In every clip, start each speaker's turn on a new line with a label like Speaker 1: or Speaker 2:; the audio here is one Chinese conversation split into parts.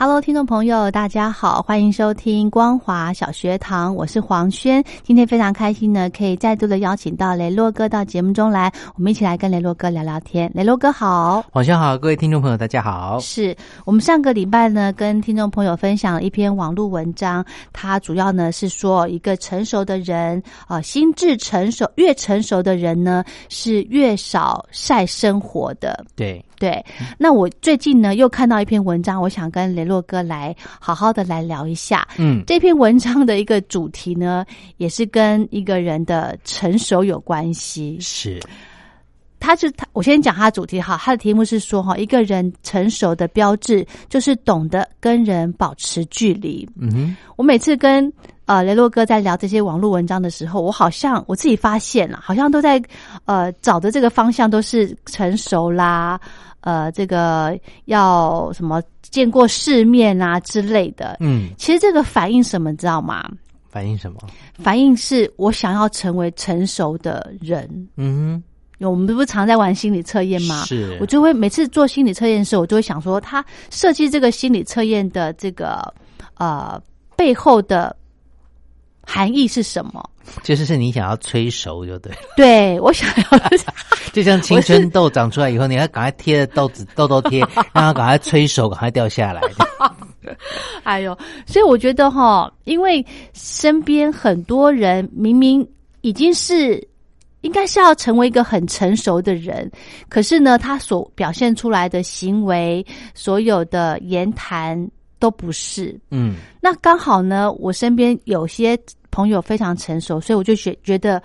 Speaker 1: Hello，听众朋友，大家好，欢迎收听光华小学堂，我是黄轩。今天非常开心呢，可以再度的邀请到雷洛哥到节目中来，我们一起来跟雷洛哥聊聊天。雷洛哥好，
Speaker 2: 晚上好，各位听众朋友，大家好。
Speaker 1: 是我们上个礼拜呢，跟听众朋友分享了一篇网络文章，它主要呢是说一个成熟的人啊、呃心智成熟，越成熟的人呢是越少晒生活的。
Speaker 2: 对，
Speaker 1: 对，那我最近呢又看到一篇文章，我想跟雷洛哥来好好的来聊一下。
Speaker 2: 嗯，
Speaker 1: 这篇文章的一个主题呢，也是跟一个人的成熟有关系。
Speaker 2: 是，
Speaker 1: 他是他，我先讲他的主题哈，他的题目是说哈，一个人成熟的标志就是懂得跟人保持距离。
Speaker 2: 嗯哼，
Speaker 1: 我每次跟呃雷洛哥在聊这些网络文章的时候，我好像我自己发现了，好像都在呃找的这个方向都是成熟啦，呃，这个要什么见过世面啊之类的。
Speaker 2: 嗯，
Speaker 1: 其实这个反映什么，你知道吗？
Speaker 2: 反映什么？
Speaker 1: 反映是我想要成为成熟的人。
Speaker 2: 嗯
Speaker 1: 我们不是常在玩心理测验
Speaker 2: 哼，
Speaker 1: 吗？
Speaker 2: 是，
Speaker 1: 我就会每次做心理测验的时候，我就会想说，他设计这个心理测验的这个呃背后的含义是什么？
Speaker 2: 就是是你想要催熟，就对了，
Speaker 1: 对我想要
Speaker 2: 就像青春痘长出来以后，你要赶快贴着豆子痘痘 贴，让它赶快催熟，赶快掉下来。
Speaker 1: 哎呦，所以我觉得哈，因为身边很多人明明已经是应该是要成为一个很成熟的人，可是呢，他所表现出来的行为，所有的言谈都不是。
Speaker 2: 嗯，
Speaker 1: 那刚好呢，我身边有些朋友非常成熟，所以我就觉觉得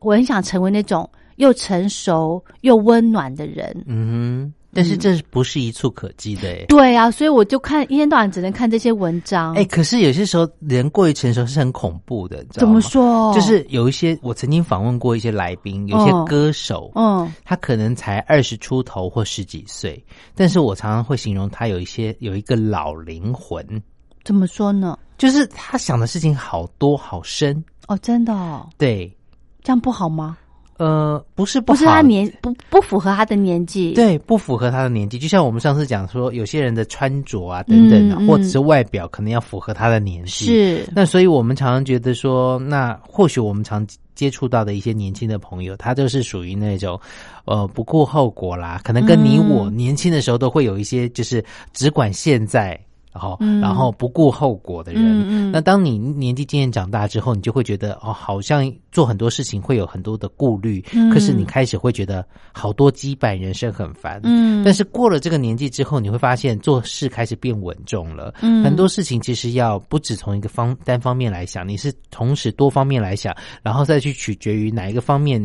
Speaker 1: 我很想成为那种又成熟又温暖的人。
Speaker 2: 嗯哼，但是这不是一蹴可及的诶。
Speaker 1: 对啊，所以我就看一天到晚只能看这些文章。
Speaker 2: 嗯哎，可是有些时候人过于成熟是很恐怖的，你知道
Speaker 1: 怎
Speaker 2: 吗
Speaker 1: 么？说？
Speaker 2: 就是有一些我曾经访问过一些来宾，有一些
Speaker 1: 嗯
Speaker 2: 歌手，
Speaker 1: 嗯，
Speaker 2: 他可能才二十出头或十几岁，但是我常常会形容他有一些有一个老灵魂，
Speaker 1: 怎么说呢？
Speaker 2: 就是他想的事情好多好深。
Speaker 1: 哦，真的哦，
Speaker 2: 对，
Speaker 1: 这样不好吗？
Speaker 2: 呃，不是不
Speaker 1: 不
Speaker 2: 好
Speaker 1: 是他年不不符合他的年纪，，
Speaker 2: 对不符合他的年纪，就像我们上次讲说，有些人的穿着啊等等啊，
Speaker 1: 嗯嗯
Speaker 2: 或者是外表可能要符合他的年纪。，
Speaker 1: 是
Speaker 2: 那所以我们常常觉得说，那或许我们常接触到的一些年轻的朋友，他就是属于那种，呃，不顾后果啦，可能跟你
Speaker 1: 嗯
Speaker 2: 我年轻的时候都会有一些，就是呃只管现在。然后，然后不顾后果的人，
Speaker 1: 嗯嗯嗯
Speaker 2: 那当你年纪渐渐长大之后，你就会觉得哦，好像做很多事情会有很多的顾虑，
Speaker 1: 嗯
Speaker 2: 可是你开始会觉得好多羁绊，人生很烦。
Speaker 1: 嗯
Speaker 2: 但是过了这个年纪之后，你会发现做事开始变稳重了。
Speaker 1: 嗯
Speaker 2: 很多事情其实要不只从一个方单方面来想，你是同时多方面来想，然后再去取决于哪一个方面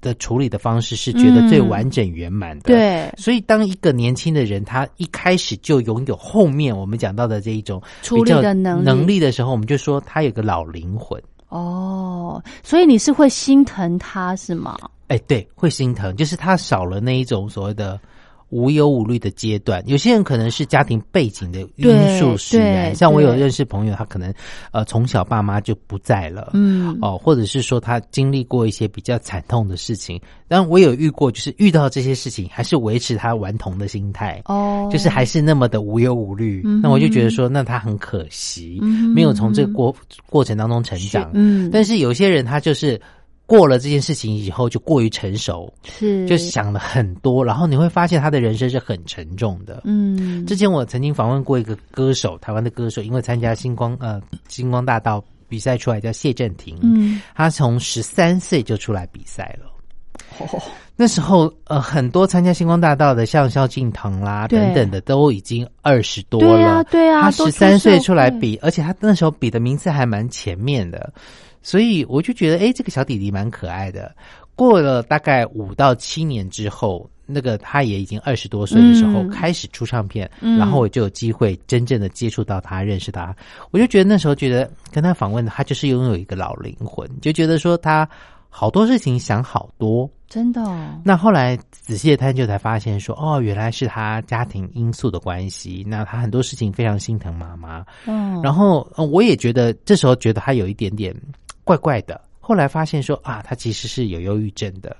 Speaker 2: 的处理的方式是觉得最
Speaker 1: 嗯
Speaker 2: 完整圆满的。。
Speaker 1: 对
Speaker 2: 所以，当一个年轻的人，他一开始就拥有后面我们讲到的这一种
Speaker 1: 处理的
Speaker 2: 比较
Speaker 1: 能力
Speaker 2: 能力的时候，我们就说他有个老灵魂。
Speaker 1: 哦，所以你是会心疼他是吗？
Speaker 2: 哎，对，会心疼，就是他少了那一种所谓的无忧无虑的阶段。有些人可能是家庭背景的因素使然，
Speaker 1: 对
Speaker 2: 像我有
Speaker 1: 对
Speaker 2: 认识朋友，他可能呃从小爸妈就不在了，
Speaker 1: 嗯，
Speaker 2: 哦，或者是说他经历过一些比较惨痛的事情。当然，我有遇过，就是遇到这些事情，还是维持他顽童的心态。
Speaker 1: 哦，
Speaker 2: 就是还是那么的无忧无虑，
Speaker 1: 嗯哼
Speaker 2: 那我就觉得说，那他很可惜，
Speaker 1: 嗯哼
Speaker 2: 没有从这个过过程当中成长。
Speaker 1: 嗯，
Speaker 2: 但是有些人他就是过了这件事情以后就过于成熟，
Speaker 1: 是
Speaker 2: 就想了很多，然后你会发现他的人生是很沉重的。
Speaker 1: 嗯，
Speaker 2: 之前我曾经访问过一个歌手，台湾的歌手，因为参加星光呃星光大道比赛出来，叫谢振廷。
Speaker 1: 嗯，
Speaker 2: 他从十三岁就出来比赛了。
Speaker 1: 哦
Speaker 2: 那时候，呃，很多参加星光大道的，像萧敬腾啦
Speaker 1: 对
Speaker 2: 等等的，都已经二十多
Speaker 1: 对啊
Speaker 2: 了。
Speaker 1: 对啊
Speaker 2: 他
Speaker 1: 都出社
Speaker 2: 十
Speaker 1: 嗯会
Speaker 2: 三岁出来比，而且他那时候比的名次还蛮前面的，所以我就觉得，哎，这个小弟弟蛮可爱的。过了大概五到七年之后，那个他也已经二十多岁的时候，
Speaker 1: 嗯
Speaker 2: 开始出唱片，
Speaker 1: 嗯
Speaker 2: 然后我就有机会真正的接触到他，认识他。我就觉得那时候觉得跟他访问，他就是拥有一个老灵魂，就觉得说他好多事情想好多，
Speaker 1: 真的、哦，
Speaker 2: 那后来仔细的探究才发现说，哦，原来是他家庭因素的关系。那他很多事情非常心疼妈妈。
Speaker 1: 嗯，
Speaker 2: 然后、呃我也觉得这时候觉得他有一点点嗯怪怪的。后来发现说啊，他其实是有忧郁症的。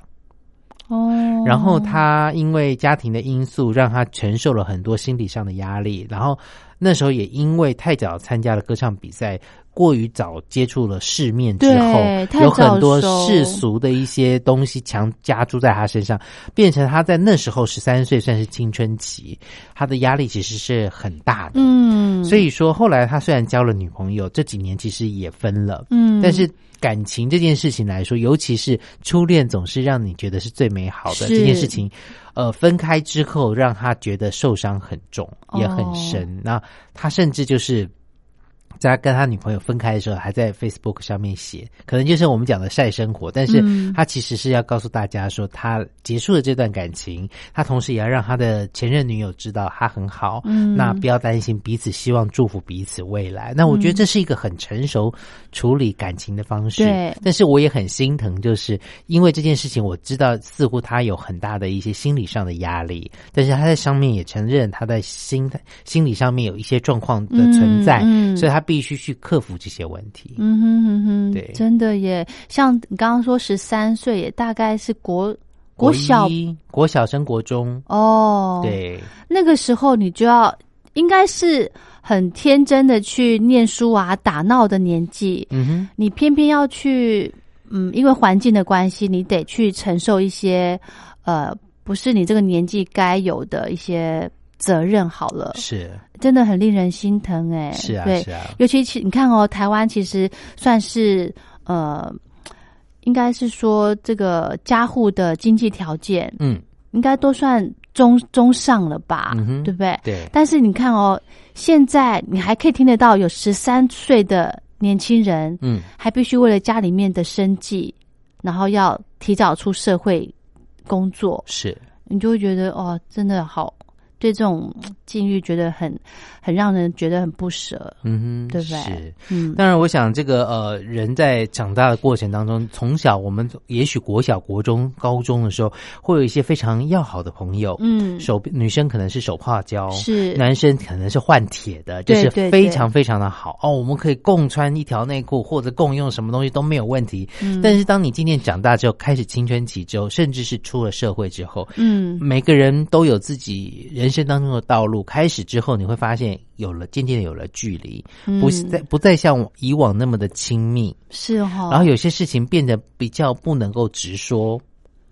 Speaker 1: 哦，
Speaker 2: 然后他因为家庭的因素，让他承受了很多心理上的压力。然后那时候也因为太早参加了歌唱比赛，过于早接触了世面之
Speaker 1: 对
Speaker 2: 后，
Speaker 1: 太
Speaker 2: 有很多
Speaker 1: 早熟
Speaker 2: 世俗的一些东西强加注在他身上，变成他在那时候十三岁算是青春期，他的压力其实是很大的。
Speaker 1: 嗯，
Speaker 2: 所以说，后来他虽然交了女朋友，这几年其实也分了，
Speaker 1: 嗯，
Speaker 2: 但是感情这件事情来说，尤其是初恋，总是让你觉得是最美好的
Speaker 1: 是
Speaker 2: 这件事情。呃，分开之后，让他觉得受伤很重，
Speaker 1: 哦
Speaker 2: 也很深。那他甚至就是在跟他女朋友分开的时候，还在 Facebook 上面写，可能就是我们讲的晒生活，但是
Speaker 1: 嗯
Speaker 2: 他其实是要告诉大家说，他结束了这段感情，他同时也要让他的前任女友知道他很好，
Speaker 1: 嗯
Speaker 2: 那不要担心彼此，希望祝福彼此未来。那我
Speaker 1: 嗯
Speaker 2: 觉得这是一个很成熟处理感情的方式，
Speaker 1: 对
Speaker 2: 但是我也很心疼，就是因为这件事情，我知道似乎他有很大的一些心理上的压力，但是他在上面也承认他在心心理上面有一些状况的存在，
Speaker 1: 嗯嗯
Speaker 2: 所以他必须去克服这些问题。
Speaker 1: 嗯哼哼哼，
Speaker 2: 对
Speaker 1: 真的耶，像你刚刚说十三岁，也大概是国国小
Speaker 2: 一国小升国中，
Speaker 1: 哦，，
Speaker 2: 对，
Speaker 1: 那个时候你就要应该是很天真的去念书啊、打闹的年纪，
Speaker 2: 嗯哼，
Speaker 1: 你偏偏要去，嗯，因为环境的关系，你得去承受一些，呃，不是你这个年纪该有的一些责任。好了，
Speaker 2: 是
Speaker 1: 真的很令人心疼哦哎、
Speaker 2: 是啊
Speaker 1: 对，
Speaker 2: 是啊，
Speaker 1: 尤其其你看哦，台湾其实算是呃，应该是说这个家户的经济条件
Speaker 2: 嗯
Speaker 1: 应该都算中中上了吧，
Speaker 2: 嗯哼
Speaker 1: 对不啊对？
Speaker 2: 对，
Speaker 1: 但是你看哦，现在你还可以听得到有十三岁的年轻人，
Speaker 2: 嗯。
Speaker 1: 还必须为了家里面的生计，然后要提早出社会工作，
Speaker 2: 是，
Speaker 1: 你就会觉得哦，真的好。对这种嗯境遇，觉得很很让人觉得很不舍。
Speaker 2: 嗯哼，
Speaker 1: 对不对
Speaker 2: 是，
Speaker 1: 嗯，
Speaker 2: 当然，我想这个呃，人在长大的过程当中，从小我们也许国小、国中、高中的时候，会有一些非常要好的朋友，
Speaker 1: 嗯
Speaker 2: 手女生可能是哦手帕胶，
Speaker 1: 是
Speaker 2: 男生可能是换铁的，就
Speaker 1: 对
Speaker 2: 是
Speaker 1: 对
Speaker 2: 非
Speaker 1: 对
Speaker 2: 常非常的好哦。我们可以共穿一条内裤，或者共用什么东西都没有问题。
Speaker 1: 嗯
Speaker 2: 但是当你今天长大之后，开始青春期之后，甚至是出了社会之后，
Speaker 1: 嗯，
Speaker 2: 每个人都有自己人生当中的道路。开始之后，你会发现有了渐渐的有了距离，不是再不再像以往那么的亲密。
Speaker 1: 嗯是哈、哦，
Speaker 2: 然后有些事情变得比较不能够直说，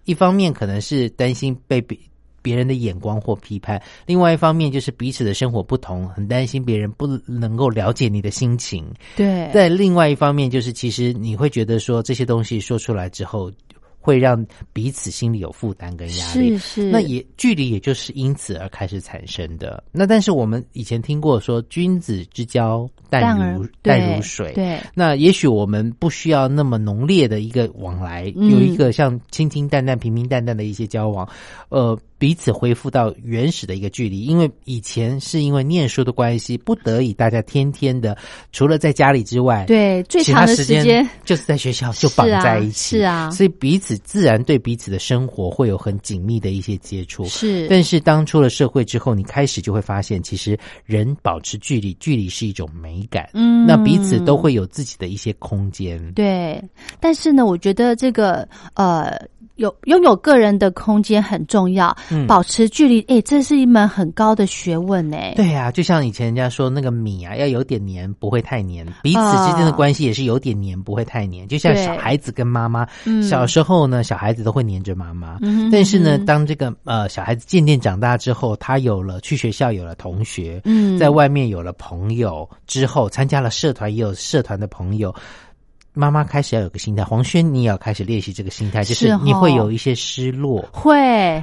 Speaker 2: 一方面可能是担心被别别人的眼光或批判，另外一方面就是彼此的生活不同，很担心别人不能够了解你的心情。
Speaker 1: 对，
Speaker 2: 在另外一方面，就是其实你会觉得说这些东西说出来之后，会让彼此心里有负担跟压力
Speaker 1: 是。是，
Speaker 2: 那也距离也就是因此而开始产生的。那但是我们以前听过说，君子之交淡
Speaker 1: 淡
Speaker 2: 如
Speaker 1: 而
Speaker 2: 淡
Speaker 1: 对
Speaker 2: 如水。哎
Speaker 1: 对，
Speaker 2: 那也许我们不需要那么浓烈的一个往来，
Speaker 1: 嗯
Speaker 2: 有一个像清清淡淡、平平淡淡的一些交往，呃，彼此恢复到原始的一个距离。因为以前是因为念书的关系，不得已大家天天的除了在家里之外，
Speaker 1: 对，最
Speaker 2: 其
Speaker 1: 长
Speaker 2: 他
Speaker 1: 的
Speaker 2: 时
Speaker 1: 时间
Speaker 2: 就是在学校就绑在一起，
Speaker 1: 是啊
Speaker 2: 所以彼此自然对彼此的生活会有很紧密的一些接触。
Speaker 1: 是，
Speaker 2: 但是当出了社会之后，你开始就会发现，其实人保持距离，距离是一种美感。
Speaker 1: 嗯，
Speaker 2: 那彼此都会有自己的一些空间。
Speaker 1: 对。但是呢，我觉得这个呃，有拥有个人的空间很重要，
Speaker 2: 嗯
Speaker 1: 保持距离，哎、这是一门很高的学问呢、
Speaker 2: 对呀、就像以前人家说那个米啊，要有点黏，不会太黏，彼此之间的
Speaker 1: 啊
Speaker 2: 关系也是有点黏，不会太黏。就像
Speaker 1: 对
Speaker 2: 小孩子跟妈妈，
Speaker 1: 嗯
Speaker 2: 小时候呢，小孩子都会黏着妈妈，
Speaker 1: 嗯哼
Speaker 2: 但是呢，
Speaker 1: 嗯哼
Speaker 2: 当这个呃小孩子渐渐长大之后，他有了去学校，有了同学，
Speaker 1: 嗯
Speaker 2: 在外面有了朋友之后，参加了社团，也有社团的朋友。妈妈开始要有个心态，黄轩，你也要开始练习这个心态，就是是
Speaker 1: 哦
Speaker 2: 你会有一些失落，
Speaker 1: 会，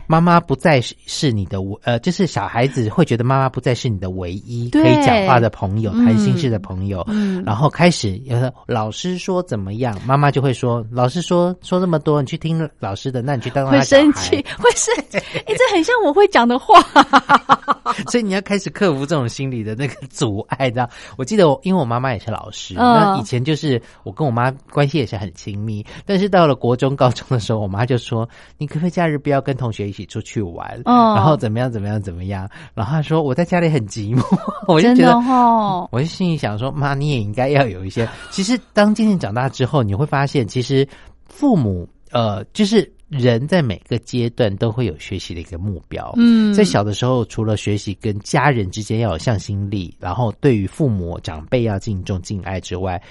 Speaker 2: 妈妈不再是是你的唯呃，就是小孩子会觉得妈妈不再是你的唯一
Speaker 1: 对
Speaker 2: 可以讲话的朋友、
Speaker 1: 嗯
Speaker 2: 谈心事的朋友。
Speaker 1: 嗯，
Speaker 2: 然后开始，呃，老师说怎么样，妈妈就会说，老师说说那么多，你去听老师的，那你去当他
Speaker 1: 会
Speaker 2: 的小
Speaker 1: 生
Speaker 2: 孩
Speaker 1: 气，， 会生气，哎、这很像我会讲的话。
Speaker 2: 所以你要开始克服这种心理的那个阻碍的。 我记得我，因为我妈妈也是老师，
Speaker 1: 嗯
Speaker 2: 那以前就是我跟我妈关系也是很亲密，但是到了国中、高中的时候，我妈就说：“你可不可以假日不要跟同学一起出去玩？
Speaker 1: 嗯
Speaker 2: 然后怎么样怎么样怎么样？”然后她说：“我在家里很 寂寞。” 我就
Speaker 1: 真
Speaker 2: 觉
Speaker 1: 的
Speaker 2: 得。嗯
Speaker 1: 哦，
Speaker 2: 我就心里想说，妈，你也应该要有一些。其实，当渐渐长大之后，你会发现，其实父母，呃，就是人在每个阶段都会有学习的一个目标。
Speaker 1: 嗯，
Speaker 2: 在小的时候，除了学习跟家人之间要有向心力，然后对于父母长辈要敬重敬爱之外，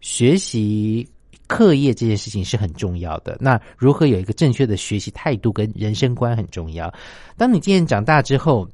Speaker 2: 学习课业这件事情是很重要的。那如何有一个正确的学习态度跟人生观很重要。当你渐渐长大之后。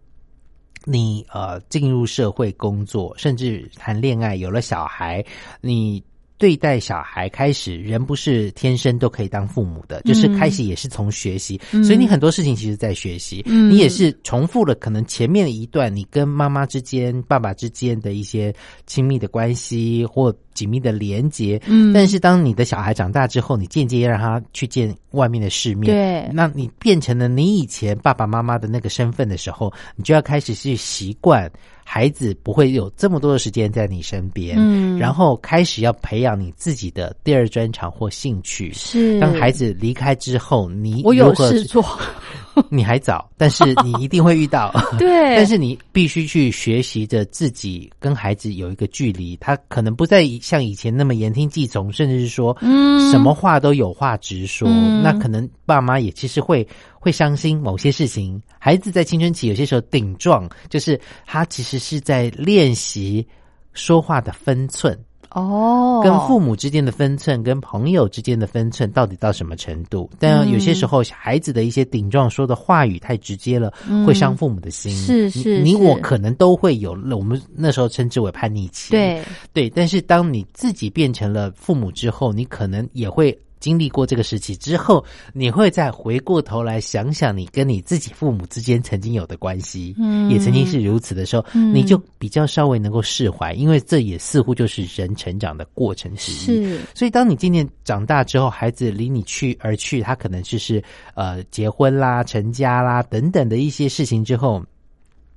Speaker 2: 你呃进入社会工作，甚至谈恋爱，有了小孩，你对待小孩开始，人不是天生都可以当父母的，就是
Speaker 1: 嗯
Speaker 2: 开始也是从学习，
Speaker 1: 嗯
Speaker 2: 所以你很多事情其实在学习，
Speaker 1: 嗯
Speaker 2: 你也是重复了可能前面一段你跟妈妈之间、爸爸之间的一些亲密的关系或紧密的连接。
Speaker 1: 嗯
Speaker 2: 但是当你的小孩长大之后，你间接让他去见外面的世面，
Speaker 1: 对
Speaker 2: 那你变成了你以前爸爸妈妈的那个身份的时候，你就要开始去习惯孩子不会有这么多的时间在你身边，
Speaker 1: 嗯
Speaker 2: 然后开始要培养你自己的第二专长或兴趣。
Speaker 1: 是
Speaker 2: 当孩子离开之后，你
Speaker 1: 我有
Speaker 2: 如何
Speaker 1: 事
Speaker 2: 去
Speaker 1: 做，
Speaker 2: 你还早，但是你一定会遇到。
Speaker 1: 对，
Speaker 2: 但是你必须去学习着自己跟孩子有一个距离，他可能不再像以前那么言听计从，甚至是说，
Speaker 1: 嗯
Speaker 2: 什么话都有话直说。
Speaker 1: 嗯
Speaker 2: 那可能爸妈也其实会会伤心某些事情。孩子在青春期有些时候顶撞，就是他其实是在练习说话的分寸。
Speaker 1: 哦，
Speaker 2: 跟父母之间的分寸，跟朋友之间的分寸到底到什么程度？但有些时候，孩子的一些顶撞说的话语太直接了，
Speaker 1: 嗯
Speaker 2: 会伤父母的心。
Speaker 1: 是是
Speaker 2: 你你
Speaker 1: 是
Speaker 2: 我可能都会有，我们那时候称之为叛逆期。
Speaker 1: 对，
Speaker 2: 对，但是当你自己变成了父母之后，你可能也会。经历过这个时期之后，你会再回过头来想想你跟你自己父母之间曾经有的关系，
Speaker 1: 嗯
Speaker 2: 也曾经是如此的时候，
Speaker 1: 嗯
Speaker 2: 你就比较稍微能够释怀，因为这也似乎就是人成长的过程之一。
Speaker 1: 是
Speaker 2: 所以，当你渐渐长大之后，孩子离你去而去，他可能就是呃结婚啦、成家啦等等的一些事情之后，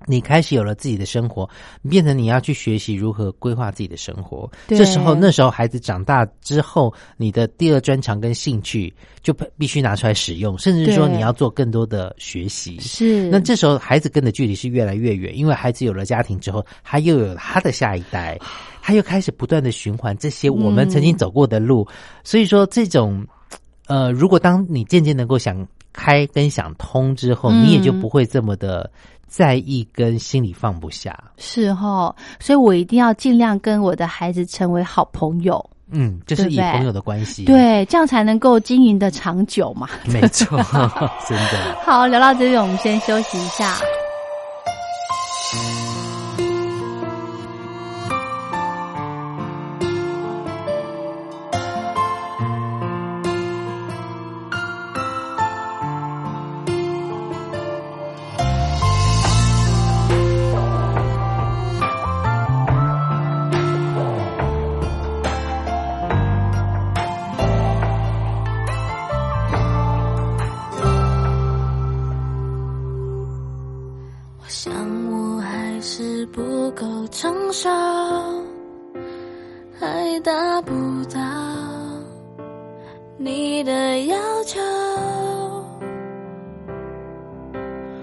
Speaker 2: 你开始有了自己的生活，变成你要去学习如何规划自己的生活。
Speaker 1: 对
Speaker 2: 这时候，那时候孩子长大之后，你的第二专长跟兴趣就必须拿出来使用，甚至说
Speaker 1: 对
Speaker 2: 你要做更多的学习。
Speaker 1: 是，
Speaker 2: 那这时候孩子跟的距离是越来越远，因为孩子有了家庭之后，他又有他的下一 代，他又开始不断的循环这些我们曾经走过的路。
Speaker 1: 嗯
Speaker 2: 所以说，这种呃，如果当你渐渐能够想开跟想通之后，
Speaker 1: 嗯
Speaker 2: 你也就不会这么的在意跟心里放不下。
Speaker 1: 是哈，所以我一定要尽量跟我的孩子成为好朋友，
Speaker 2: 嗯，就是
Speaker 1: 对
Speaker 2: 以
Speaker 1: 不对
Speaker 2: 朋友的关系，，
Speaker 1: 对，这样才能够经营的长久 嘛。
Speaker 2: 没 错，真的。
Speaker 1: 好，聊到这里，我们先休息一下。
Speaker 3: 我想我还是不够成熟，还达不到你的要求。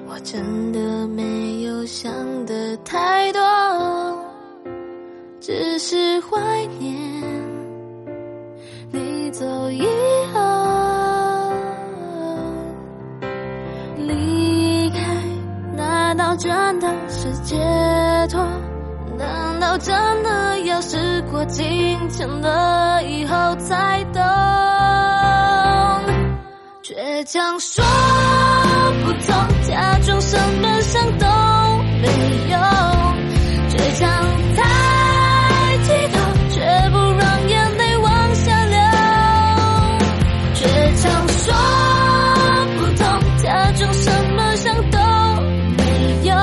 Speaker 3: 我真的没有想的太多，只是怀念你走以后。到真的要事过境迁了以后才懂，倔强说不痛，假装什么伤都没有，倔强太激动，却不让眼泪往下流，倔强说不痛，假装什么伤都没有，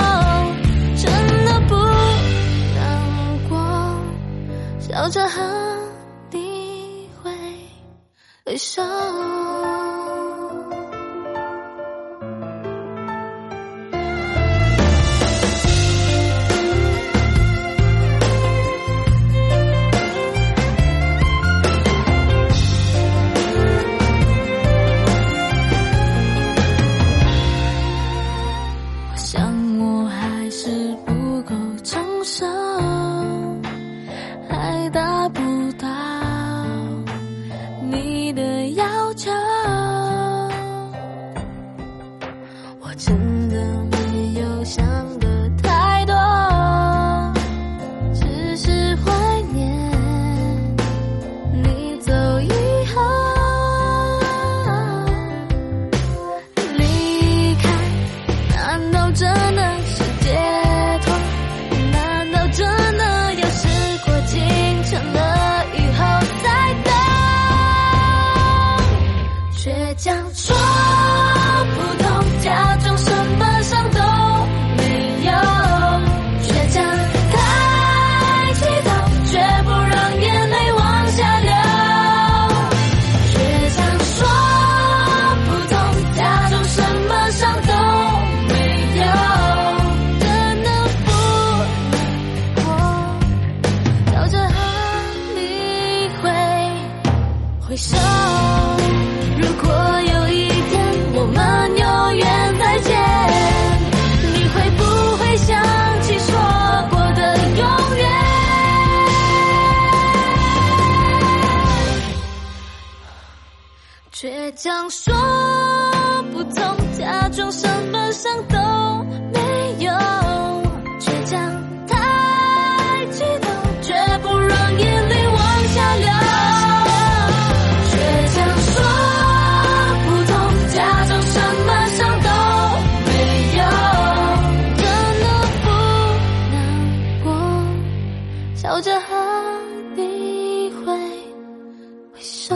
Speaker 3: 真的不难过，笑着和你挥挥手。想我还是不够成熟，还达不到你的要求。我真的没有想的太多，只是怀念你走以后。离开，难道真的是解脱？难道真的要事过境迁了以后才懂？倔强说不痛，假装什么伤都没有，倔强太激动，却不让眼泪往下流。倔强说不痛，假装什么伤都没有，真的不难过，笑着和你挥挥手。如果有一天我们有缘再见，你会不会想起说过的永远？倔强说不痛，假装什么伤都没有，倔强太激动，却不让眼泪往下流。倔强说不痛，假装什么伤都没有，真的不难过，笑着和你挥挥手。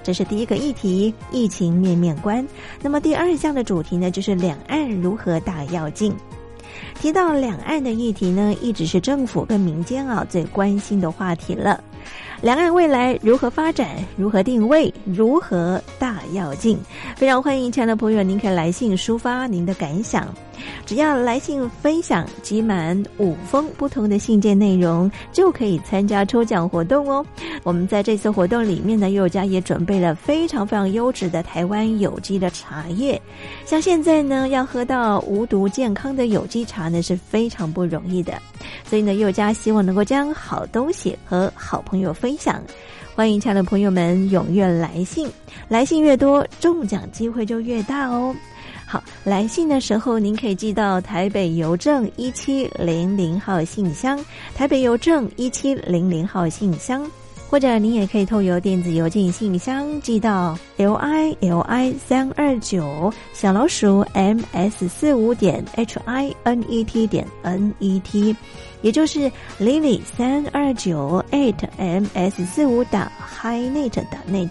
Speaker 4: 这是第一个议题，疫情面面观。那么第二项的主题呢，就是两岸如何大要进。提到两岸的议题呢，一直是政府跟民间啊最关心的话题了。两岸未来如何发展，如何定位，如何大要进，非常欢迎亲爱的朋友，您可以来信抒发您的感想。只要来信分享集满五封不同的信件内容，就可以参加抽奖活动哦。我们在这次活动里面呢，佑家也准备了非常非常优质的台湾有机的茶叶。像现在呢，要喝到无毒健康的有机茶呢，是非常不容易的。所以呢，佑家希望能够将好东西和好朋友分享。欢迎亲爱的朋友们踊跃来信，来信越多，中奖机会就越大哦。好，来信的时候您可以寄到台北邮政一七零零号信箱，台北邮政一七零零号信箱。或者您也可以透邮电子邮件信箱寄到 l i l i 三二九小老鼠 m s 四五点 h i n e t 点 n e t，也就是 lily 三二九 eight m s 四五打 highnet 打 net。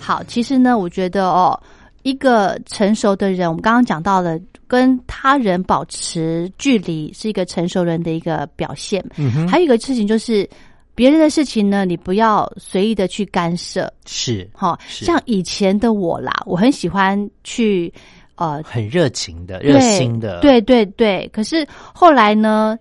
Speaker 1: 好，其实呢，我觉得哦，一个成熟的人，我们刚刚讲到了，跟他人保持距离是一个成熟人的一个表现。
Speaker 2: 嗯哼，
Speaker 1: 还有一个事情就是，别人的事情呢，你不要随意的去干涉。
Speaker 2: 是
Speaker 1: 哈、
Speaker 2: 是
Speaker 1: 像以前的我啦，我很喜欢去呃
Speaker 2: 很热情的、热心的，，
Speaker 1: 对对对。可是后来呢？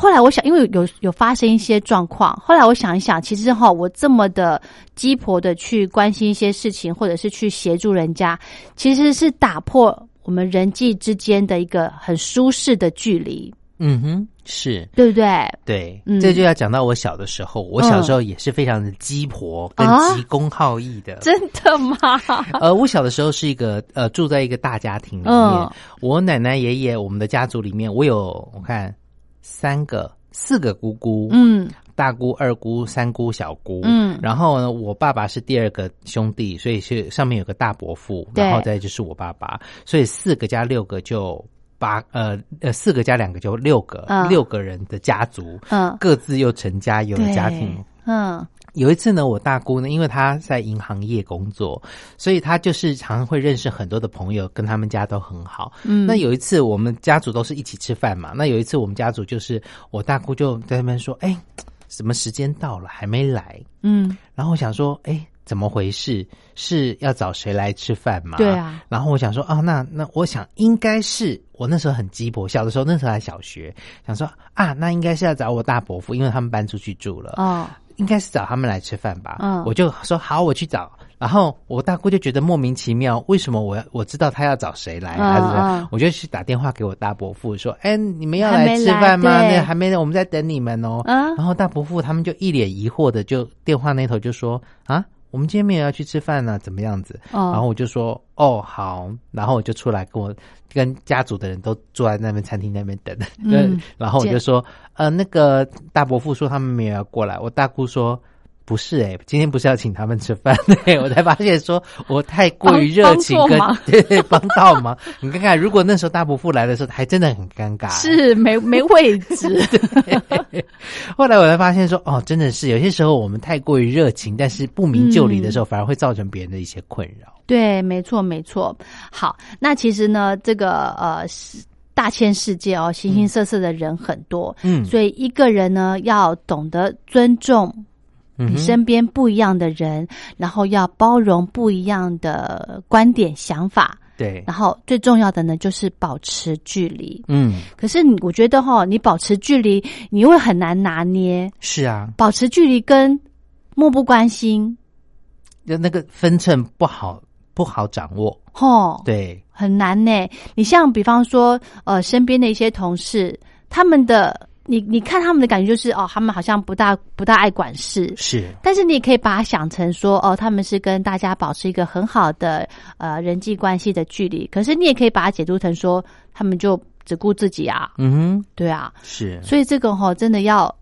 Speaker 1: 后来我想，因为有有发生一些状况，后来我想一想，其实哈，我这么的鸡婆的去关心一些事情，或者是去协助人家，其实是打破我们人际之间的一个很舒适的距离，
Speaker 2: 嗯哼，是。
Speaker 1: 对不 对？
Speaker 2: 对，
Speaker 1: 嗯
Speaker 2: 这就要讲到我小的时候。我小时候也是非常的鸡婆跟
Speaker 1: 啊
Speaker 2: 急公好义的。
Speaker 1: 真的吗？
Speaker 2: 呃，我小的时候是一个呃住在一个大家庭里面，
Speaker 1: 嗯
Speaker 2: 我奶奶、爷爷，我们的家族里面，我有我看三个、四个姑姑，，
Speaker 1: 嗯
Speaker 2: 大姑、二姑、三姑、小姑，
Speaker 1: 嗯
Speaker 2: 然后呢，我爸爸是第二个兄弟，所以是上面有个大伯父，
Speaker 1: 对
Speaker 2: 然后再就是我爸爸，所以四个加六个就八，呃呃，四个加两个就六个，
Speaker 1: 嗯
Speaker 2: 六个人的家族，
Speaker 1: 嗯
Speaker 2: 各自又成家，有了家庭
Speaker 1: 对。嗯
Speaker 2: 有一次呢，我大姑呢，因为她在银行业工作，所以她就是常常会认识很多的朋友，跟他们家都很好。
Speaker 1: 嗯，
Speaker 2: 那有一次我们家族都是一起吃饭嘛，那有一次我们家族就是我大姑就在那边说：“哎、什么时间到了还没来
Speaker 1: 嗯？”
Speaker 2: 然后我想说：“哎、怎么回事？是要找谁来吃饭吗？”
Speaker 1: 对啊。
Speaker 2: 然后我想说：“啊，那那我想应该是我那时候很鸡婆，小的时候那时候还小学，想说啊，那应该是要找我大伯父，因为他们搬出去住了。
Speaker 1: 哦
Speaker 2: 应该是找他们来吃饭吧。
Speaker 1: 嗯
Speaker 2: 我就说好，我去找。然后我大姑就觉得莫名其妙，为什么我要我知道她要找谁来？
Speaker 1: 嗯
Speaker 2: 还是怎样
Speaker 1: 嗯
Speaker 2: 我就去打电话给我大伯父说：“哎，你们要
Speaker 1: 还
Speaker 2: 来
Speaker 1: 没
Speaker 2: 吃
Speaker 1: 来
Speaker 2: 饭吗？
Speaker 1: 对
Speaker 2: 那还没呢，我们在等你们哦。
Speaker 1: 嗯
Speaker 2: 然后大伯父他们就一脸疑惑的就电话那头就说：“啊，我们今天没有要去吃饭呢、怎么样子？”
Speaker 1: 哦，
Speaker 2: 然后我就说哦好，然后我就出来跟我跟家族的人都坐在那边餐厅那边等，
Speaker 1: 嗯
Speaker 2: 然后我就说呃那个大伯父说他们没有要过来，我大姑说。嗯不是哎、今天不是要请他们吃饭、 欸，我才发现说我太过于热情
Speaker 1: 帮帮错
Speaker 2: 跟
Speaker 1: 忙
Speaker 2: 对对帮倒忙，很尴尬。如果那时候大伯父来的时候，还真的很尴尬。
Speaker 1: 是没没位置，
Speaker 2: 后来我才发现说哦，真的是有些时候我们太过于热情，但是不明就里的时候，反而会造成别人的一些困扰。
Speaker 1: 对，没错，没错。好，那其实呢，这个呃，是大千世界哦，形形色色的人很多，
Speaker 2: 嗯，
Speaker 1: 所以一个人呢，要懂得尊重你
Speaker 2: 嗯哼
Speaker 1: 身边不一样的人，然后要包容不一样的观点、想法，
Speaker 2: 对，
Speaker 1: 然后最重要的呢，就是保持距离。
Speaker 2: 嗯，
Speaker 1: 可是你，我觉得哈、你保持距离，你会很难拿捏。
Speaker 2: 是啊，
Speaker 1: 保持距离跟漠不关心，
Speaker 2: 就那个分寸不好不好掌握。
Speaker 1: 吼，
Speaker 2: 对，
Speaker 1: 很难呢。你像比方说，呃，身边的一些同事，他们的你你看他们的感觉就是哦，他们好像不大不大爱管事。
Speaker 2: 是，
Speaker 1: 但是你也可以把它想成说，哦，他们是跟大家保持一个很好的呃人际关系的距离。可是你也可以把它解读成说，他们就只顾自己啊，
Speaker 2: 嗯哼，
Speaker 1: 对啊。
Speaker 2: 是，
Speaker 1: 所以这个哈、真的要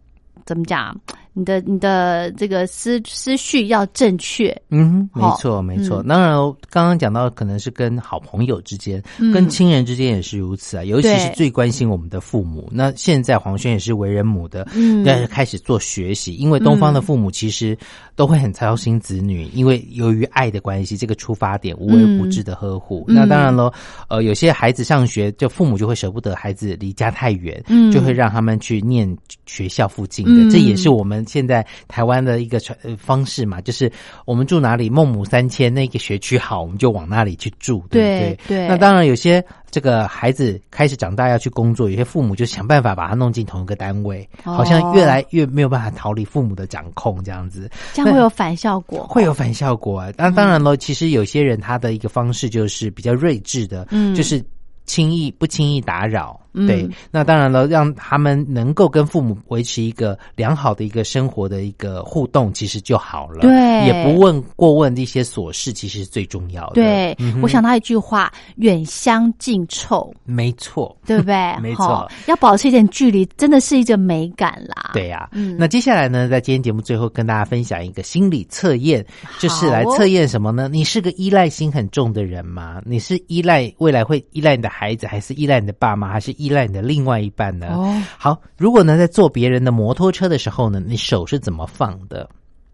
Speaker 1: 怎么讲？你的你的这个思思绪要正确，
Speaker 2: 嗯哼，没
Speaker 1: 好
Speaker 2: 错，没错。
Speaker 1: 嗯
Speaker 2: 当然，刚刚讲到可能是跟好朋友之间，跟亲人之间也是如此啊，尤
Speaker 1: 嗯
Speaker 2: 其
Speaker 1: 对
Speaker 2: 是最关心我们的父母。那现在黄轩也是为人母的。
Speaker 1: 嗯，
Speaker 2: 但是开始做学习，因为东方的父母其实都会很操心子女，因为由于爱的关系，这个出发点无微不至的呵护。
Speaker 1: 嗯
Speaker 2: 那当然了，呃，有些孩子上学，就父母就会舍不得孩子离家太远，
Speaker 1: 嗯
Speaker 2: 就会让他们去念学校附近的，
Speaker 1: 嗯
Speaker 2: 这也是我们现在台湾的一个传呃方式嘛，就是我们住哪里，孟母三迁那个学区好，我们就往那里去住，对
Speaker 1: 对
Speaker 2: 不
Speaker 1: 对，
Speaker 2: 那当然，有些这个孩子开始长大要去工作，有些父母就想办法把他弄进同一个单位，
Speaker 1: 哦
Speaker 2: 好像越来越没有办法逃离父母的掌控，这样子
Speaker 1: 这样会有反效果，
Speaker 2: 会有反效果、啊。
Speaker 1: 嗯
Speaker 2: 那当然了，其实有些人他的一个方式就是比较睿智的，
Speaker 1: 嗯
Speaker 2: 就是轻易不轻易打扰。
Speaker 1: 嗯
Speaker 2: 对，那当然了，让他们能够跟父母维持一个良好的一个生活的一个互动，其实就好了。
Speaker 1: 对
Speaker 2: 也不问过问一些琐事，其实是最重要的。
Speaker 1: 对、
Speaker 2: 嗯哼
Speaker 1: 我想到一句话：远香近臭，
Speaker 2: 没错。
Speaker 1: 对不对？
Speaker 2: 没
Speaker 1: 齁
Speaker 2: 错
Speaker 1: 要保持一点距离，真的是一个美感啦。
Speaker 2: 对呀、
Speaker 1: 嗯
Speaker 2: 那接下来呢，在今天节目最后跟大家分享一个心理测验，就是
Speaker 1: 好
Speaker 2: 来
Speaker 1: 哦
Speaker 2: 测验什么呢？你是个依赖心很重的人吗？你是依赖未来会依赖你的孩子，还是依赖你的爸妈，还是依赖你的另外一半呢？
Speaker 1: 哦，
Speaker 2: 好，如果呢在坐别人的摩托车的时候呢，你手是怎么放的？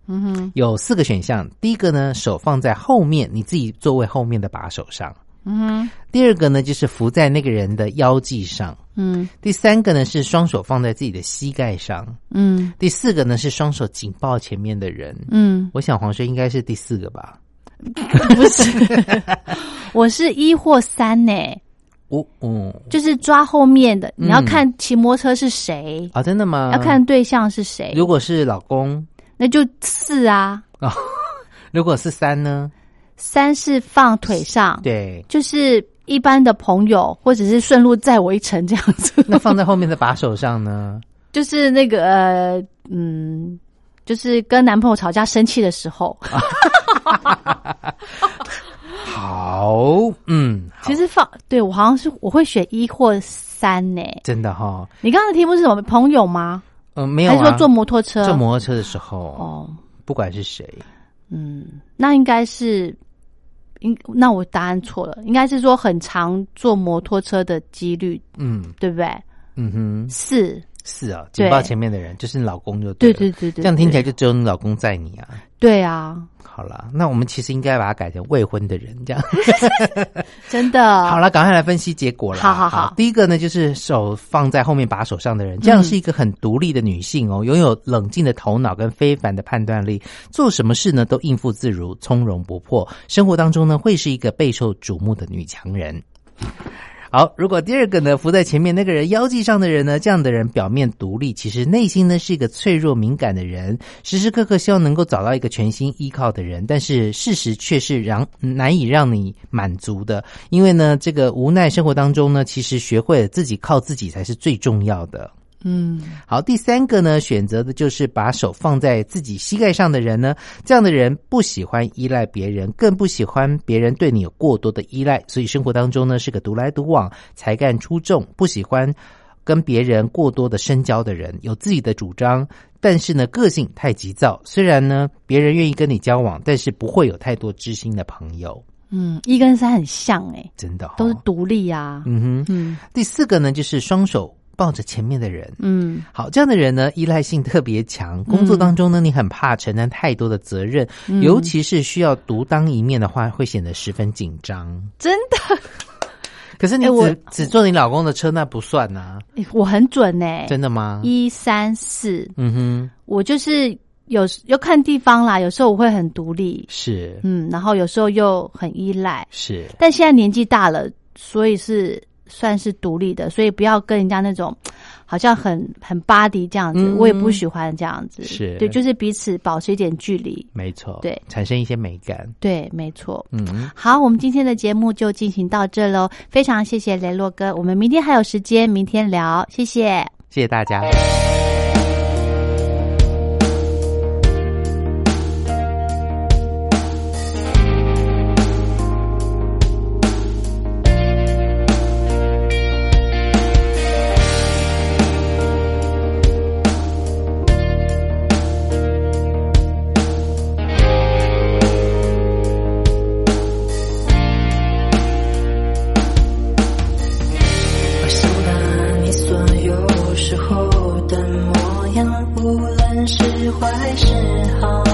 Speaker 1: 嗯哼，
Speaker 2: 有四个选项，第一个呢，手放在后面，你自己座位后面的把手上；
Speaker 1: 嗯哼，
Speaker 2: 第二个呢，就是扶在那个人的腰际上；
Speaker 1: 嗯
Speaker 2: 第三个呢，是双手放在自己的膝盖上。
Speaker 1: 嗯
Speaker 2: 第四个呢是双手紧抱前面的人，
Speaker 1: 嗯，
Speaker 2: 我想黄轩应该是第四个吧。
Speaker 1: 不是，我是一或三呢、
Speaker 2: 哦，嗯，
Speaker 1: 就是抓后面的，
Speaker 2: 嗯
Speaker 1: 你要看骑摩托车是谁，
Speaker 2: 啊，真的吗？
Speaker 1: 要看，对象是谁，
Speaker 2: 如果是老公，
Speaker 1: 那就四啊，
Speaker 2: 如果是三呢？
Speaker 1: 三是放腿上，，
Speaker 2: 对，
Speaker 1: 就是一般的朋友或者是顺路载我一程这样子，
Speaker 2: 那放在后面的把手上呢？
Speaker 1: 就是那个呃，嗯，就是跟男朋友吵架生气的时候，
Speaker 2: 好，嗯，好
Speaker 1: 其实放对我好像是我会选一或三呢、
Speaker 2: 真的哈、哦，
Speaker 1: 你刚刚的题目是什么？朋友吗？
Speaker 2: 嗯、没有、
Speaker 1: 还
Speaker 2: 啊，
Speaker 1: 是说坐摩托车？
Speaker 2: 坐摩托车的时候，
Speaker 1: 哦，
Speaker 2: 不管是谁，
Speaker 1: 嗯，那应该是，应那我答案错了，应该是说很常坐摩托车的几率，
Speaker 2: 嗯
Speaker 1: 对不对？
Speaker 2: 嗯哼，
Speaker 1: 是，
Speaker 2: 是啊，
Speaker 1: 对
Speaker 2: 紧抱前面的人就是你老公就
Speaker 1: 对对
Speaker 2: 对了
Speaker 1: 对对，
Speaker 2: 这样听起
Speaker 1: 来
Speaker 2: 来就只有你老公在你啊。
Speaker 1: 对啊，
Speaker 2: 好了，那我们其实应该把它改成未婚的人这样。
Speaker 1: 真的
Speaker 2: 好了，赶快来分析结果了。
Speaker 1: 好好好
Speaker 2: 第一个呢，就是手放在后面把手上的人，这样是一个很独立的女性
Speaker 1: 嗯
Speaker 2: 哦，拥有冷静的头脑跟非凡的判断力，做什么事呢都应付自如，从容不迫，生活当中呢会是一个备受瞩目的女强人。好，如果第二个呢，扶在前面那个人腰际上的人呢，这样的人表面独立，其实内心呢是一个脆弱敏感的人，时时刻刻希望能够找到一个全心依靠的人，但是事实却是让难以让你满足的，因为呢，这个无奈生活当中呢，其实学会了自己靠自己才是最重要的。
Speaker 1: 嗯，
Speaker 2: 好，第三个呢，选择的就是把手放在自己膝盖上的人呢，这样的人不喜欢依赖别人，更不喜欢别人对你有过多的依赖，所以生活当中呢是个独来独往、才干出众，不喜欢跟别人过多的深交的人，有自己的主张。但是呢，个性太急躁。虽然呢，别人愿意跟你交往，但是不会有太多知心的朋友，
Speaker 1: 嗯，一跟三很像哎、
Speaker 2: 真的、哦、
Speaker 1: 都是独立啊，
Speaker 2: 嗯哼。
Speaker 1: 嗯
Speaker 2: 第四个呢，就是双手抱着前面的人，
Speaker 1: 嗯
Speaker 2: 好，这样的人呢，依赖性特别强。工作当中呢，你很怕承担太多的责任，
Speaker 1: 嗯
Speaker 2: 尤其是需要独当一面的话，会显得十分紧张。
Speaker 1: 真的，
Speaker 2: 可是你
Speaker 1: 哎
Speaker 2: 只、
Speaker 1: 我
Speaker 2: 只坐你老公的车，那不算呐、
Speaker 1: 诶我很准哎、
Speaker 2: 真的吗？
Speaker 1: 一三四，
Speaker 2: 嗯哼，
Speaker 1: 我就是有时要看地方啦，有时候我会很独立，
Speaker 2: 是、
Speaker 1: 嗯，然后有时候又很依赖，
Speaker 2: 是，
Speaker 1: 但现在年纪大了，所以是算是独立的，所以不要跟人家那种好像很很巴迪这样子，
Speaker 2: 嗯
Speaker 1: 我也不喜欢这样子。
Speaker 2: 是
Speaker 1: 对，就是彼此保持一点距离。
Speaker 2: 没错，
Speaker 1: 对
Speaker 2: 产生一些美感。
Speaker 1: 对，没错。
Speaker 2: 嗯，
Speaker 1: 好，我们今天的节目就进行到这喽，非常谢谢雷洛哥，我们明天还有时间，明天聊，谢谢。
Speaker 2: 谢谢大家。
Speaker 5: 我想把你所有时候的模样，无论是坏是好，